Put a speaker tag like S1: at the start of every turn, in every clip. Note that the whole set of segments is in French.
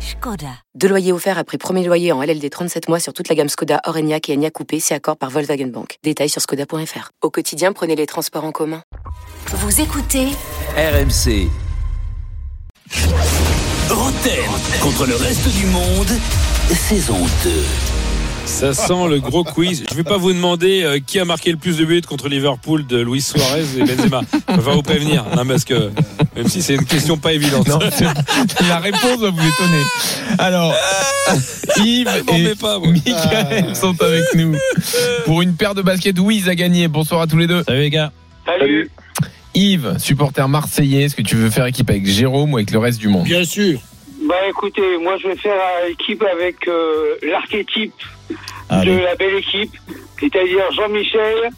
S1: Skoda. Deux loyers offerts après premier loyer en LLD 37 mois sur toute la gamme Skoda, Orenia et Enya Coupé, c'est accord par Volkswagen Bank. Détails sur skoda.fr. Au quotidien, prenez les transports en commun.
S2: Vous écoutez
S3: RMC. Rotten contre le reste du monde, saison 2.
S4: Ça sent le gros quiz. Je ne vais pas vous demander euh, qui a marqué le plus de buts contre Liverpool de Luis Suarez et Benzema. On va vous prévenir, non, parce que même si c'est une question pas évidente.
S5: Non, c'est- la réponse va vous étonner. Alors, Yves
S4: m'en
S5: et
S4: mets pas, moi.
S5: Michael sont avec nous pour une paire de baskets. Oui, ils a gagné. Bonsoir à tous les deux. Salut les gars.
S6: Salut.
S5: Yves, supporter marseillais, est-ce que tu veux faire équipe avec Jérôme ou avec le reste du monde
S7: Bien sûr.
S6: Bah écoutez, moi je vais faire euh, équipe avec euh, l'archétype de la belle équipe, c'est-à-dire Jean-Michel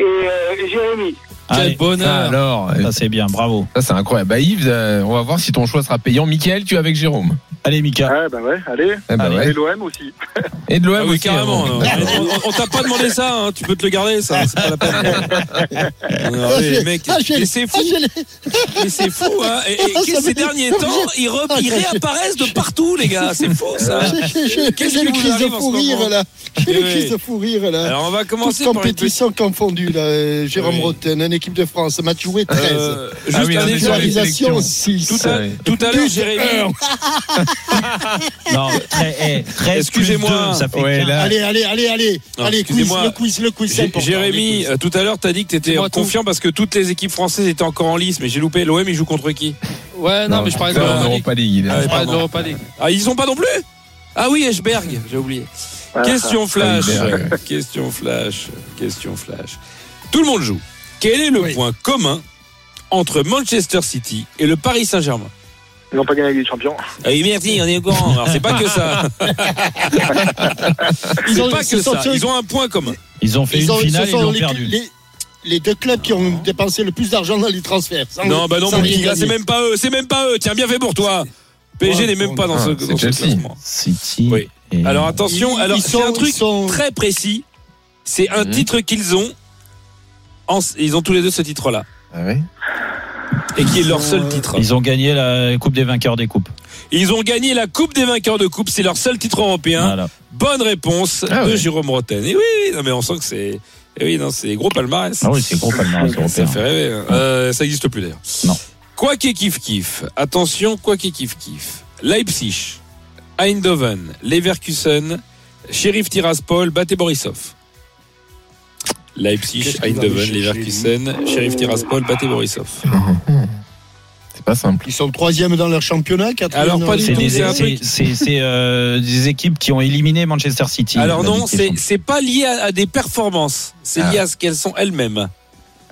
S6: et euh, Jérémy.
S4: Quel
S7: Allez,
S5: Ah,
S4: bonheur
S5: Alors,
S7: ça c'est bien, bravo.
S5: ça c'est incroyable. Bah, Yves, euh, on va voir si ton choix sera payant. Michael, tu es avec Jérôme.
S7: Allez Mika.
S6: Ah bah ouais, allez.
S5: Eh ben ouais.
S6: Et l'OM aussi.
S5: Et de l'OM
S4: Ah oui,
S5: aussi,
S4: carrément.
S5: hein.
S4: non. On, on t'a pas demandé ça, hein. tu peux te le garder, ça. C'est pas la peine. Non, mais mec,
S7: Ah, j'ai-
S4: mais c'est fou,
S7: je l'ai.
S4: mais c'est fou. Hein. Et, et
S7: Ah, ça
S4: qu'est-ce- ces
S7: m'est-
S4: derniers temps, ils, re-
S7: Ah,
S4: ils
S7: j'ai-
S4: réapparaissent de partout, les gars. C'est fou, ça.
S7: J'ai- j'ai-
S4: Ah. Qu'est-ce
S7: J'ai
S4: qui
S7: le
S4: vous
S7: crise de
S4: arrive en ce
S7: fou
S4: moment
S7: rire là. J'ai
S4: Eh
S7: le
S4: oui.
S7: crise de fou rire là.
S4: Alors, on va
S7: Toute
S4: commencer par une petite.
S7: compétition confondue là. euh, Jérôme
S4: Oui.
S7: Rotten, en équipe de France, match joué 13.
S4: Euh, juste
S5: Ah oui,
S4: un échange.
S5: on est sur les sélections.
S7: Polarisation 6.
S4: Tout à, tout à l'heure, Jérémy.
S8: Non, très, eh, 13
S4: Excusez-moi.
S8: plus deux, ça fait
S5: Ouais,
S8: 15.
S5: là.
S7: Allez, allez, allez, allez.
S4: Non,
S7: allez, quiz,
S4: excusez-moi.
S7: le quiz, le quiz. c'est
S4: Jé-
S7: important,
S4: Jérémy,
S7: le
S4: euh, tout à l'heure, t'as dit que t'étais
S9: Dis-moi tout.
S4: confiant parce que toutes les équipes françaises étaient encore en lice, mais j'ai loupé. L'OM, il joue contre qui
S9: Ouais, non, mais je parlais de
S5: ça,
S4: la
S5: en
S9: l'Europa League.
S5: Europa League. il
S9: Je
S4: Ah,
S5: est-
S9: parlais de
S4: pardon.
S9: l'Europa League.
S4: Ah, ils sont pas non plus Ah oui, Eschberg, j'ai oublié. Question flash.
S5: Ah, Eschberg,
S4: Question flash. Question flash. Tout le monde joue. Quel est le
S7: Oui.
S4: point commun entre Manchester City et le Paris Saint-Germain
S6: Ils n'ont pas gagné la Ligue des Champions.
S4: Ah oui, merci, on est au courant. Alors, c'est pas que ça.
S7: Ils
S4: euh, C'est
S7: ont-
S4: pas
S7: ce
S4: que
S7: sont
S4: ça.
S7: ceux-
S4: Ils ont un point commun.
S8: Ils ont fait
S7: Ils
S8: une
S7: ont- ce
S8: finale et ils
S7: sont
S8: l'ont
S7: les-
S8: perdu.
S7: les- Les deux clubs qui ont dépensé le plus d'argent dans les transferts. sans-
S4: Ah. Non, bah non,
S7: sans
S4: mon
S7: rien
S4: petit gars, c'est
S7: gagner.
S4: même pas eux. C'est même pas eux. Tiens, bien fait pour toi. PSG
S7: Ouais,
S4: n'est même pas dans
S5: ah,
S4: ce,
S5: c'est
S4: dans ce
S5: Chelsea.
S4: classement.
S8: City.
S4: Oui.
S8: et-
S4: Alors attention,
S7: Ils-
S4: alors
S7: ils
S4: c'est un
S7: sont-
S4: truc
S7: ils sont-
S4: très précis. C'est un
S5: Mhm.
S4: titre qu'ils ont. En- ils ont tous les deux ce titre-là.
S5: Ah ouais
S4: Et qui est leur
S7: sont,
S4: seul
S7: euh,
S4: titre.
S8: Ils ont gagné la Coupe des vainqueurs des coupes.
S4: Ils ont gagné la Coupe des vainqueurs de Coupe. C'est leur seul titre européen.
S8: Voilà.
S4: Bonne réponse
S5: Ah
S4: de
S5: ouais.
S4: Jérôme Roten. Et oui, oui, non, mais on sent que c'est. eh oui, non, c'est gros palmarès.
S8: Ah oui, c'est gros palmarès
S4: Ça
S8: européen.
S4: fait rêver. hein. Euh, ça n'existe plus d'ailleurs.
S8: Non.
S4: Quoi qu'il kiff kiff. Attention, quoi qu'il kiff kiff. Leipzig, Eindhoven, Leverkusen, Sheriff Tiraspol, Bate Borisov. Leipzig,
S7: Qu'est-ce qu'il va aller
S4: Eindhoven,
S7: chercher,
S4: Leverkusen, Sheriff Tiraspol, Bate Borisov.
S5: C'est pas simple.
S7: Ils sont troisième dans leur championnat. quatrième
S4: Alors,
S7: dans
S4: pas
S7: leur-
S4: du
S8: C'est
S4: tout,
S8: des,
S4: c'est un
S8: c'est-
S4: truc.
S8: c'est- c'est, euh, des équipes qui ont éliminé Manchester City.
S4: Alors
S8: la
S4: non,
S8: Ligue des
S4: c'est
S8: Champions.
S4: c'est pas lié à, à des performances. C'est lié à ce qu'elles sont elles-mêmes.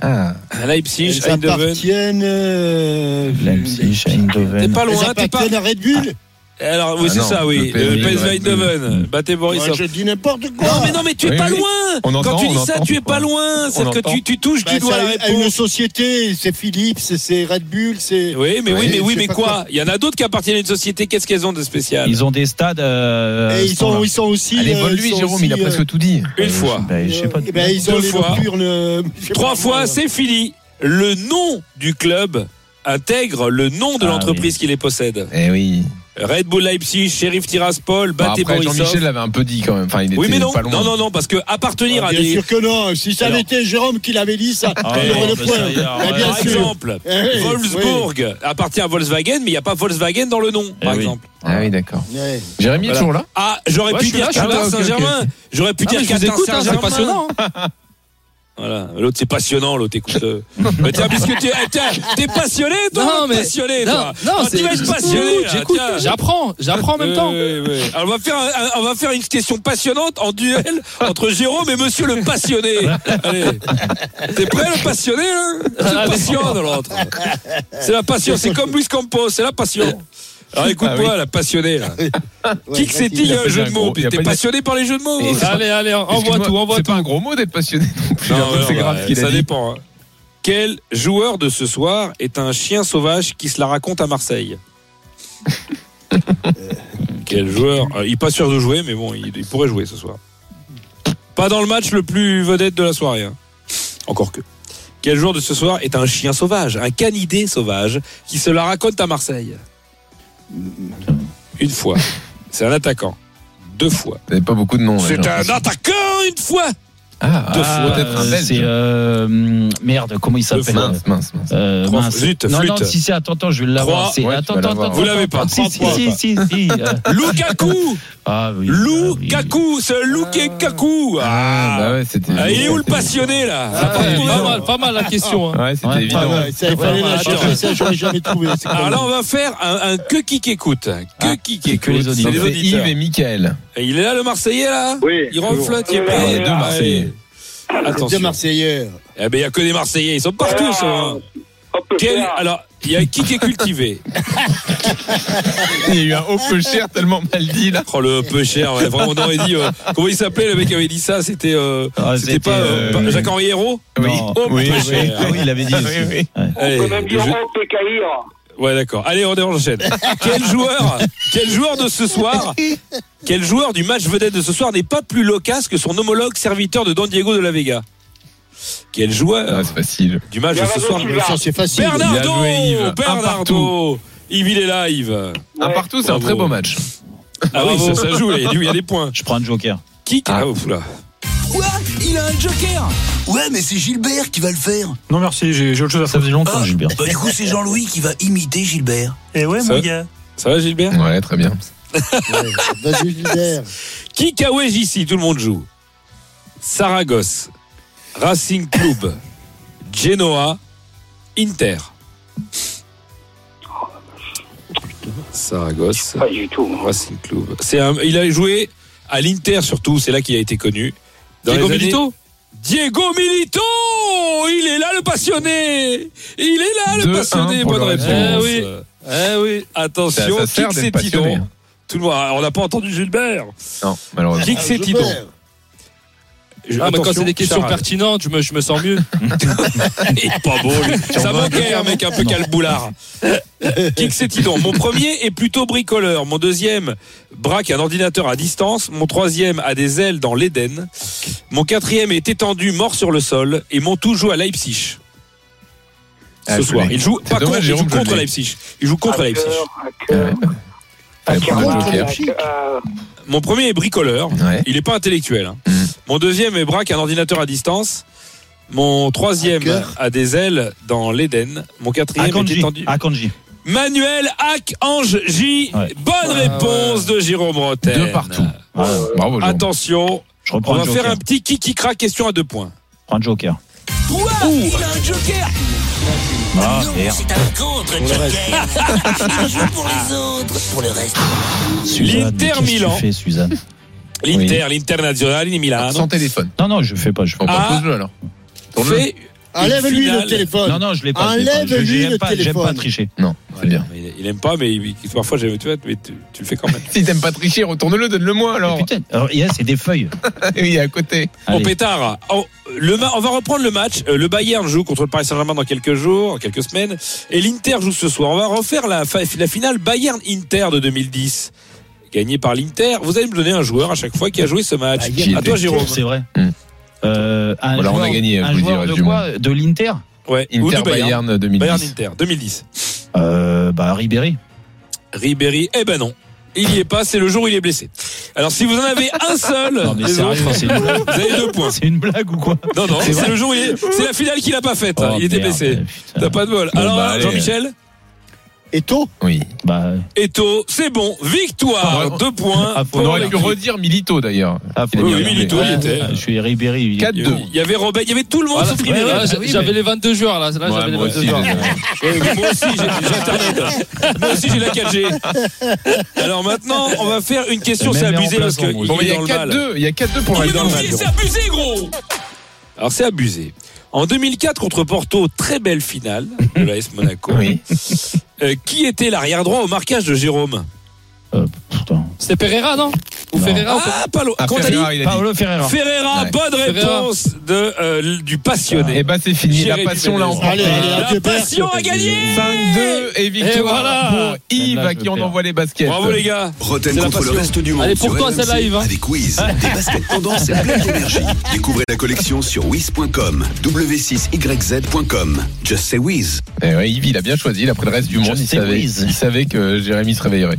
S5: Ah,
S4: Leipzig,
S7: Elles
S4: Eindhoven.
S7: appartiennent. euh,
S8: Leipzig,
S4: T'es
S8: Eindhoven.
S4: pas
S7: Elles
S4: loin, t'es pas.
S7: appartiennent à Red Bull.
S4: Alors oui,
S5: Ah
S4: c'est
S5: non,
S4: ça, oui.
S5: le
S4: Le PSV
S5: PSV
S4: Eindhoven,
S8: Mm.
S4: Bate
S7: Moi,
S4: Borisov.
S7: je dis n'importe quoi.
S4: Non mais non mais tu es
S5: Oui,
S4: pas
S5: oui.
S4: loin.
S5: On
S4: Quand
S5: entend,
S4: tu
S5: on
S4: dis ça,
S5: entend,
S4: tu es
S5: je
S4: pas
S5: crois.
S4: loin. C'est que
S5: entend.
S4: tu, tu touches
S7: Bah,
S4: du doigt
S7: c'est
S4: la
S7: à- à une
S4: réponse.
S7: société, c'est Philips, c'est- c'est Red Bull, c'est.
S4: Oui mais oui
S7: Ouais,
S4: mais oui
S7: je sais
S4: mais
S7: pas
S4: quoi
S7: quoi.
S4: Il y en a d'autres qui appartiennent à une société. Qu'est-ce qu'elles ont de spécial
S8: Ils ont des stades. euh,
S7: Et ils sont,
S8: standards.
S7: ils sont aussi.
S5: allez,
S7: euh,
S5: vole-lui,
S7: ils sont
S5: Jérôme,
S7: aussi,
S5: il a
S7: euh,
S5: presque tout dit.
S4: Une fois,
S8: Ben, je sais pas.
S7: eh ben, ils ont
S4: Deux
S7: les
S4: fois.
S7: nocturnes, euh, je sais
S4: trois
S7: pas,
S4: fois,
S7: moi.
S4: c'est fini. Le nom du club intègre le nom de
S8: Ah,
S4: l'entreprise
S8: oui.
S4: qui les possède.
S5: Eh oui.
S4: Red Bull Leipzig, Sheriff Tiraspol,
S5: Bon,
S4: Bate
S5: après,
S4: Borisov.
S5: Jean-Michel l'avait un peu dit quand même. Enfin, il était
S4: Bah, Oui mais non,
S5: pas loin.
S4: non non non parce que appartenir
S7: Ah,
S4: à
S7: Bien
S4: des
S7: sûr que non. Si ça
S4: Alors.
S7: avait été Jérôme qui l'avait dit, ça,
S8: Ah,
S7: il y aurait
S8: ouais,
S7: le
S8: bah,
S7: point.
S8: ça y est, alors,
S7: Mais Ah, bien
S4: par
S8: ouais,
S7: sûr.
S4: exemple,
S7: Eh oui,
S4: Wolfsburg appartient à Volkswagen, mais il n'y a pas Volkswagen dans le nom, par
S8: Eh oui.
S4: exemple.
S5: Ah oui, d'accord.
S7: oui. Ouais.
S5: Jérémy est
S4: Voilà.
S5: toujours là
S4: Ah, j'aurais
S9: Ouais,
S4: pu
S9: je suis
S4: dire
S9: là, je suis
S4: Qatar
S5: là, ok,
S4: Saint-Germain. J'aurais pu
S9: Ah, mais
S4: dire
S9: je vous
S4: Qatar
S9: écoute, hein,
S4: Saint-Germain.
S9: c'est passionnant. hein.
S4: Voilà, l'autre c'est passionnant, l'autre écoute. euh. mais tiens, puisque tu eh, tiens, t'es passionné, toi,
S9: Non, mais-
S4: passionné,
S9: Non,
S4: toi.
S9: non,
S4: Ah, tu vas être passionné. là,
S9: J'écoute,
S4: tiens.
S9: j'apprends, j'apprends en même
S4: Oui,
S9: temps.
S7: Euh,
S4: oui, oui. Alors, on va faire un- un- on va faire une question passionnante en duel entre Jérôme et Monsieur le passionné. Allez, t'es prêt le passionné hein C'est
S9: Ah,
S4: passion de l'autre. C'est la passion. C'est comme Luis Campos, c'est la passion. Alors écoute-moi, la passionnée là.
S7: Ouais,
S4: Qui que c'est-il Il y a un
S5: fait
S4: jeu
S5: un
S4: de
S5: gros-
S4: mots.
S5: il a
S4: Puis T'es
S5: pas dit-
S4: passionné par les jeux de mots.
S5: Et-
S4: hein
S9: Allez, allez, envoie
S5: Excuse-moi,
S9: tout, envoie
S5: C'est pas
S9: tout.
S5: un gros mot d'être passionné non plus.
S4: Non,
S5: Après,
S4: ouais,
S5: c'est
S4: non,
S5: grave
S4: bah,
S5: ce qu'il
S4: ça
S5: a dit.
S4: dépend. hein. Quel joueur de ce soir est un chien sauvage qui se la raconte à Marseille Euh, Quel joueur Euh, Il n'est pas sûr de jouer, mais bon, il, il pourrait jouer ce soir. Pas dans le match le plus vedette de la soirée. hein. Encore que. Quel joueur de ce soir est un chien sauvage, un canidé sauvage, qui se la raconte à Marseille Une fois. C'est un attaquant. Deux fois.
S5: Vous n'avez pas beaucoup de noms. là, j'ai
S4: C'est un
S5: l'impression.
S4: attaquant une fois
S5: Ah,
S4: Deux
S5: ah,
S4: fois.
S5: peut-être un
S8: euh,
S5: belge.
S8: C'est euh, hum, merde, comment il s'appelle
S4: fois.
S5: Mince, mince, mince.
S8: euh,
S4: Trois
S8: mince.
S4: fois. Zut,
S8: non, non,
S4: flûte.
S8: si, si, attends, attends, je vais l'avoir.
S4: Trois.
S8: C'est-
S5: Ouais, tu
S8: attends,
S5: vas
S8: attends,
S5: l'avoir.
S8: attends.
S4: Vous l'avez pas.
S8: Si,
S4: Ah, Trois
S8: si,
S4: points.
S8: si, si, si, euh,
S4: Lukaku
S8: Ah oui. ah oui.
S4: Lukaku C'est Lukaku
S5: Ah, bah ouais, c'était.
S4: Ah, Il est où le passionné là
S9: Ah, pas,
S5: évident.
S9: mal, pas mal la question. hein.
S5: Ouais, c'était
S8: Ouais,
S5: évident.
S8: pas mal.
S7: Ouais, ça, il fallait la
S9: Attends.
S7: chercher, ça, j'aurais jamais trouvé. c'est
S4: Alors
S7: quand
S4: là,
S7: même-
S4: on va faire un, un que qui écoute. Que qui
S8: c'est
S4: écoute.
S8: que les
S4: C'est
S8: auditeurs.
S4: les
S5: Donc, Ah, c'est Yves
S4: auditeurs.
S5: et Michael.
S4: Et il est là, le Marseillais là
S6: Oui.
S4: Il renflotte, il est
S6: Oui,
S4: prêt.
S6: oui, oui.
S5: Deux Marseillais.
S7: Des
S4: Attention.
S7: Marseillais.
S4: Eh ben, il n'y a que des Marseillais. Ils sont
S6: Ah,
S4: partout, ça. hein.
S6: On peut
S4: Quel-
S6: faire.
S4: Alors, il y a qui qui est cultivé
S5: Il y a eu un haut peu cher tellement mal dit là.
S4: Oh, le peu cher. ouais, Vraiment, on aurait dit. euh, comment il s'appelait, le mec qui avait dit ça C'était. euh,
S8: Ah,
S4: C'était pas euh,
S8: euh,
S4: Jacques-Henri Hérault
S5: Oui.
S8: non.
S4: Oh,
S5: oui,
S4: peu
S8: Oui,
S4: cher.
S8: oui, il avait dit.
S5: Ah,
S8: aussi.
S5: oui, oui.
S8: Ouais.
S6: On
S4: Allez,
S6: peut même dire
S4: je-
S6: on peut caïr.
S4: Ouais, d'accord. Allez, on est en enchaîne. quel joueur, quel joueur de ce soir, quel joueur du match vedette de ce soir n'est pas plus loquace que son homologue serviteur de Don Diego de la Vega Quel
S5: Ah,
S4: joueur
S5: c'est facile.
S4: du match de ce
S6: Bernardo
S4: soir
S6: Silva.
S7: Ça, c'est facile.
S4: Bernardo
S5: Bien joué, Yves. Un
S4: Bernardo
S5: partout.
S4: Yves, il est là, Yves.
S5: Un
S6: Ouais.
S5: partout, c'est un
S4: Bravo.
S5: très beau match.
S4: Ah oui, ça, ça joue, il y a du- il y a des points.
S8: Je prends un joker.
S4: Qui Ah, ouf, là.
S3: Quoi Il a un joker Ouais, mais c'est Gilbert qui va le faire.
S8: Non, merci, j'ai autre chose à faire. Ah, Ça faisait longtemps, Gilbert.
S3: Bah, du coup, c'est Jean-Louis qui va imiter Gilbert.
S10: Eh ouais,
S4: Ça-
S10: mon gars.
S4: Ça va, Gilbert
S5: Ouais, très bien.
S7: Ouais. Vas-y, Gilbert.
S4: Qui cahouège ici Tout le monde joue. Saragosse, Racing Club, Genoa, Inter. Saragosse,
S6: Pas du tout. hein.
S4: Racing Club. C'est un- il a joué à l'Inter surtout, c'est là qu'il a été connu. Dans
S9: Diego
S4: les années-
S9: Milito
S4: Diego Milito Il est là le passionné Il est là le
S5: 2-1
S4: passionné
S5: pour
S4: Bonne
S5: le
S4: réponse.
S9: Racing.
S4: Eh oui. Eh oui. Attention,
S5: Ça- ça sert
S4: kick
S5: d'être
S4: c'est
S5: passionné. hein.
S4: Tidon. Tout le monde, ah, on n'a pas entendu Gilbert.
S5: Non, malheureusement.
S4: Kick c'est Tidon.
S7: Ah, Gilbert.
S4: Je-
S9: Ah, mais quand
S4: attention,
S9: c'est des questions
S4: Charade.
S9: pertinentes, je me, je me sens mieux.
S4: Il est pas beau, lui. Ça manquait un mec un peu calboulard. Kick c'est Tidon. Mon premier est plutôt bricoleur. Mon deuxième braque un ordinateur à distance. Mon troisième a des ailes dans l'Éden. Mon quatrième est étendu, mort sur le sol. Et mon tout joue à Leipzig.
S5: Ah,
S4: Ce
S5: je
S4: soir.
S5: l'ai.
S4: Il joue
S5: C'est
S4: pas
S5: dommage,
S4: contre, il joue
S5: Jérôme, je
S4: contre
S5: l'ai.
S4: Leipzig. Il joue
S6: Ah,
S4: contre Leipzig.
S6: Hacker,
S5: Fallait
S6: hacker,
S5: prendre un joker.
S6: hacker, hacker, euh,
S4: Mon premier est bricoleur.
S5: Ouais.
S4: Il n'est pas intellectuel. hein.
S7: Mm.
S5: Mhm.
S4: Mon deuxième est braque un ordinateur à distance. Mon troisième
S7: Hacker.
S4: a des ailes dans l'Éden. Mon quatrième est
S8: Akanji.
S4: étendu.
S8: Akanji.
S4: Manuel Hack Ange J.
S8: Ouais.
S7: Ah
S4: Bonne réponse de Jérôme Rotten.
S5: Deux partout.
S8: Ah,
S5: Bravo, Jean.
S4: Attention,
S8: Je
S4: on
S8: reprends
S4: va
S8: un
S4: faire
S8: joker.
S4: un petit kiki crack question à deux points.
S8: Je prends un joker.
S3: Quoi Il a un joker
S8: Ah,
S3: Non,
S8: merde.
S3: c'est un contre-joker. Il joue pour les autres. Pour le reste.
S8: Suzanne, mais
S4: L'Inter
S8: qu'est-ce que tu
S4: Milan.
S8: fais, Suzanne
S4: L'Inter, l'Internationale, il Milano.
S5: Sans téléphone.
S8: Non, non, je fais pas. Je fais
S5: On
S8: pas.
S4: Ah.
S5: propose le alors. Tourne-le.
S4: Fait.
S7: Enlève-lui
S4: finale.
S7: le téléphone.
S8: Non, non, je l'ai pas. je l'ai
S7: Ah, Enlève-lui
S8: pas. Je- j'aime
S7: le
S8: pas- J'aime
S7: téléphone.
S8: pas tricher.
S5: Non, c'est bien.
S4: Mais Il, il aime pas, mais il- parfois, j'ai- tu, vois, mais tu, tu le fais quand même.
S5: Si t'aimes pas tricher, retourne-le, donne-le moi alors.
S8: Mais Putain, alors, il y a, c'est des feuilles.
S5: Il est à côté.
S4: Bon,
S8: Allez.
S4: pétard, on, le, ma- on va reprendre le match. Euh, Le Bayern joue contre le Paris Saint-Germain dans quelques jours, quelques semaines. Et l'Inter joue ce soir. On va refaire la, fa- la finale Bayern-Inter de 2010, gagnée par l'Inter. Vous allez me donner un joueur à chaque fois qui a joué ce match.
S5: Bayern.
S4: à toi, Jérôme.
S8: C'est vrai.
S5: Hmm.
S8: Euh, un
S5: Voilà, on a
S8: joueur-
S5: gagné,
S8: Un
S5: je vous
S8: joueur
S5: dis,
S8: de quoi De l'Inter
S4: Ouais. Ou
S5: Inter
S4: de Bayern.
S5: Bayern 2010.
S4: Bayern-Inter, 2010.
S8: euh, Bah, Ribéry.
S4: Ribéry, eh ben non. Il y est pas, c'est le jour où il est blessé. Alors si vous en avez un seul,
S8: Non, mais
S4: les
S8: sérieux,
S4: autres,
S8: c'est une blague.
S4: vous avez deux points.
S8: C'est une blague ou quoi
S4: Non, non,
S8: C'est
S4: c'est
S8: vrai
S4: le jour où il est. C'est la finale qu'il a pas faite. hein.
S8: Oh,
S4: il était
S8: merde,
S4: blessé.
S8: putain.
S4: T'as pas de bol.
S5: Bon,
S4: Alors,
S5: bah, allez.
S4: Jean-Michel,
S7: Et tôt
S5: Oui.
S8: Bah,
S4: Eto, c'est bon. Victoire,
S5: Ah,
S4: deux points.
S8: Ah,
S4: pour
S5: On aurait pu
S4: l'équipe.
S5: redire Milito d'ailleurs.
S8: ah, faut
S4: Oui,
S8: le
S4: oui,
S8: dire.
S4: Milito, il était.
S8: Ah, Je suis Ribéry. il-
S5: 4-2.
S4: Il y avait Robert, il y avait tout le monde
S9: Voilà.
S4: sauf Ribéry.
S9: Ouais,
S8: bah
S9: j'a- j'avais les 22 joueurs là. là
S5: Ouais,
S9: j'avais les
S5: moi
S9: 22
S5: aussi,
S9: joueurs.
S5: désolé.
S4: Oui, mais moi aussi, j'ai j'ai Internet. Moi aussi, j'ai la 4G. Alors maintenant, on va faire une question.
S8: Même
S4: C'est
S8: les
S4: abusé parce que
S8: remplaçants,
S5: Bon,
S4: il
S5: mais
S4: est
S5: il y a
S4: dans le mal.
S5: 4-2. Il y a 4-2
S4: Il
S5: pour le
S4: est dans le
S5: Bayern.
S4: mal, c'est abusé, gros Alors, c'est abusé. En 2004, contre Porto, très belle finale de l'AS Monaco.
S5: Oui.
S4: Euh, qui était l'arrière-droit au marquage de Jérôme
S8: Euh, putain.
S9: C'était Pereira, non
S11: Ou Ferreira ou
S4: Ah, pas loin.
S5: Ah,
S4: Quand t'as dit
S5: Ferreira, il a dit.
S8: Paolo Ferreira.
S4: Ferreira,
S5: Ouais.
S4: bonne
S11: Ferreira.
S4: réponse de, euh, du passionné.
S5: Eh ben c'est fini, la
S4: Jérémy
S5: passion
S4: Menez.
S5: l'a emporté.
S7: Allez, allez,
S4: La
S7: tu perds.
S4: passion a gagné
S5: 5-2 et victoire
S11: Et voilà.
S5: pour Yves
S8: Celle-là, je
S5: à qui on
S8: perds.
S5: envoie les baskets.
S4: Bravo les gars
S10: Roten
S4: C'est la
S10: contre le
S4: passion.
S10: reste du monde
S11: Allez,
S10: sur
S11: pour toi,
S10: RMC,
S11: celle-là, Yves, hein.
S10: avec Wiz. Des baskets tendances et pleines d'énergie. Découvrez la collection sur Wiz.com, w6yz.com. Just say Wiz.
S5: Eh ouais, Yves, il a bien choisi, il a pris le reste du monde, il
S8: sais
S5: savait,
S8: Wiz.
S5: il savait que Jérémy se réveillerait.